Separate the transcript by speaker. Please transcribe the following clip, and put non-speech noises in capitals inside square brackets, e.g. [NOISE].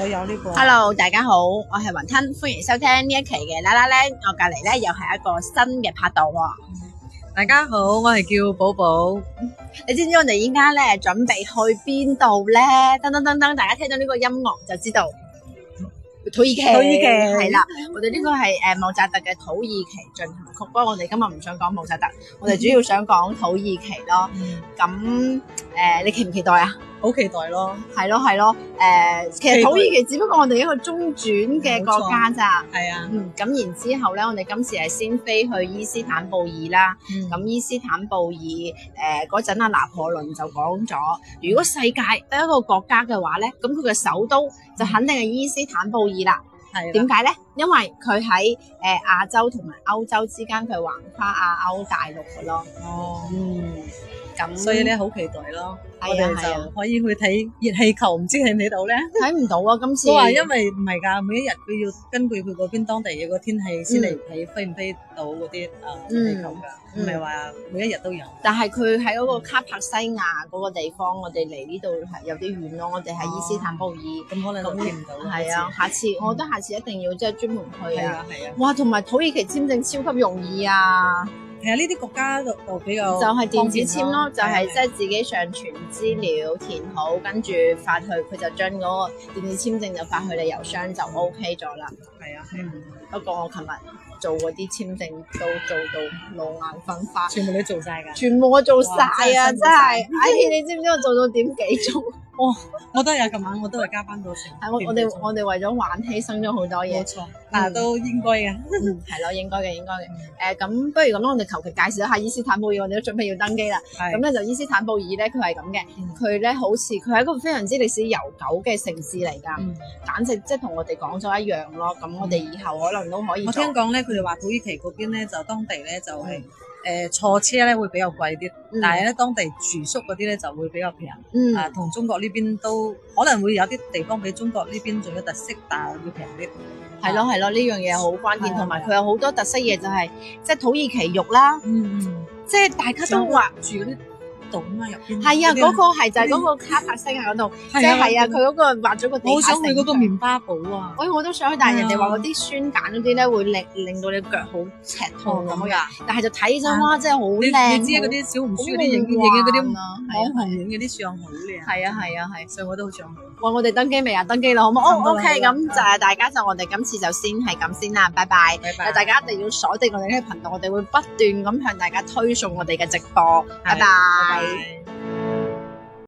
Speaker 1: 我有呢個
Speaker 2: Hello，大家好，我係雲吞，歡迎收聽呢一期嘅啦啦咧。我隔離咧又係一個新嘅拍檔喎。
Speaker 3: 大家好，我係叫寶寶。
Speaker 2: 你知唔知我哋依家咧準備去邊度咧？噔噔噔噔，大家聽到呢個音樂就知道土耳其。
Speaker 1: 土耳其
Speaker 2: 係啦，我哋呢個係呃誒莫扎特嘅土耳其進行曲。不過我哋今日唔想講莫扎特，我哋主要想講土耳其咯。咁誒、呃你期唔期待啊？
Speaker 3: 好期待咯，
Speaker 2: 係咯係咯，誒、其實土耳其只不過我哋一個中轉嘅國家咋。
Speaker 3: 係啊，
Speaker 2: 嗯，咁然之後咧，我哋今次係先飛去伊斯坦布爾啦。
Speaker 3: 咁
Speaker 2: 咁伊斯坦布爾誒嗰陣啊，拿破崙就講咗，如果世界得一個國家嘅話咧，咁佢嘅首都就肯定係伊斯坦布爾啦。
Speaker 3: 係
Speaker 2: 點
Speaker 3: 點
Speaker 2: 解咧？因為佢喺誒亞洲同埋歐洲之間，佢橫跨亞歐大陸嘅咯。
Speaker 3: 哦？
Speaker 2: 嗯，咁
Speaker 3: 所以咧，好期待咯，我
Speaker 2: 係啊
Speaker 3: 哋
Speaker 2: 係啊
Speaker 3: 就可以去睇熱氣球，唔知喺唔喺度咧？
Speaker 2: 睇唔到啊！今次
Speaker 3: 我話因為唔係㗎，每一日佢要根據佢嗰邊當地嘅個天氣先嚟睇飛唔飛到嗰啲誒熱氣球㗎，唔
Speaker 2: 嗯
Speaker 3: 係話每一日都有。
Speaker 2: 但係佢喺嗰個卡帕西亞嗰個地方，我哋離呢度係有啲遠咯。我哋喺伊斯坦布爾。
Speaker 3: 咁可能就見唔到啦。
Speaker 2: 係啊，哦下次我覺得下次一定要即係專門
Speaker 3: 好似，
Speaker 2: 去
Speaker 3: 係
Speaker 2: 啊！
Speaker 3: 啊，係啊。
Speaker 2: 哇，同埋土耳其簽證超級容易啊，
Speaker 3: 其實呢啲國家就就比
Speaker 2: 就
Speaker 3: 較
Speaker 2: 係電
Speaker 3: 方
Speaker 2: 子
Speaker 3: 便
Speaker 2: 簽哦咯，就係
Speaker 3: 係
Speaker 2: 即
Speaker 3: 啊
Speaker 2: 係自己上傳資料填好，跟住發去佢就將嗰個電子簽證就發去你郵箱就 OK 咗啦。
Speaker 3: 係啊，係啊
Speaker 2: 不過我琴日做嗰啲簽證都做到老眼昏花，
Speaker 3: 全部都做晒㗎。
Speaker 2: [LAUGHS] 全部我做晒啊！
Speaker 3: 哇
Speaker 2: 真
Speaker 3: 真係辛苦晒，
Speaker 2: 係唉，你知唔知我做到點幾鐘？
Speaker 3: 我都有，琴晚我都係加班到成。
Speaker 2: 係我我哋我哋為咗玩犧牲咗好多嘢
Speaker 3: 冇。錯，但係都應該嘅。
Speaker 2: 嗯，係咯，應該嘅，應該嘅。誒，咁不如咁啦，我哋求其介紹一下伊斯坦布爾，我哋都準備要登機啦。咁
Speaker 3: 係嗯
Speaker 2: 咧就伊斯坦布爾咧，佢係咁嘅，佢咧好似佢係一個非常之歷史悠久嘅城市嚟㗎，
Speaker 3: 嗯
Speaker 2: 簡直即係同我哋講咗一樣咯。咁我哋以後可能都可以
Speaker 3: 我
Speaker 2: 做
Speaker 3: 聽講咧，佢哋話土耳其嗰邊咧就當地咧就係誒坐車咧會比較貴啲，
Speaker 2: 嗯
Speaker 3: 但係咧當地住宿嗰啲咧就會比較平。
Speaker 2: 嗯
Speaker 3: 啊，同中國呢邊都可能會有啲地方比中國呢邊仲有特色，但係會平啲。
Speaker 2: 係咯係咯，呢樣嘢好關
Speaker 3: 啊係
Speaker 2: 鍵，
Speaker 3: 啊
Speaker 2: 同
Speaker 3: 係
Speaker 2: 埋
Speaker 3: 啊
Speaker 2: 佢有好多特色嘢就係即係土耳其肉啦，
Speaker 3: 嗯，
Speaker 2: 即係大家都話
Speaker 3: 住嗰啲島啊入邊。
Speaker 2: 係啊，
Speaker 3: 啲
Speaker 2: 嗰個係就係嗰個卡帕西亞嗰度，即
Speaker 3: 係
Speaker 2: 係
Speaker 3: 啊
Speaker 2: 係啊，佢嗰個畫咗個地
Speaker 3: 我好
Speaker 2: 下
Speaker 3: 想去嗰個
Speaker 2: 城牆
Speaker 3: 麵包堡啊！
Speaker 2: 我我都想去，但係人哋話
Speaker 3: 係啊
Speaker 2: 嗰啲酸鹼嗰啲咧會令令到你腳好赤痛咁樣，
Speaker 3: 啊！
Speaker 2: 但係就睇起身
Speaker 3: 係
Speaker 2: 哇，真係好
Speaker 3: 你
Speaker 2: 靚，
Speaker 3: 你知啊嗰
Speaker 2: 好
Speaker 3: 啲小紅書嗰啲影影嘅嗰啲
Speaker 2: 好夢幻啊
Speaker 3: 網紅影嗰啲相好靚。
Speaker 2: 係啊係啊係啊，
Speaker 3: 所以我都好想去。
Speaker 2: 喂，我哋登機未啊？登機啦，好唔好？
Speaker 3: 登
Speaker 2: 哦
Speaker 3: 咗啦登
Speaker 2: ，OK，
Speaker 3: 咗啦
Speaker 2: 咁就係大家就我哋今次就先係咁先啦，拜拜。
Speaker 3: 拜
Speaker 2: 但大家一定要鎖定我哋呢個頻道，我哋會不斷咁向大家推送我哋嘅直播，拜
Speaker 3: 係
Speaker 2: 拜。
Speaker 3: 拜。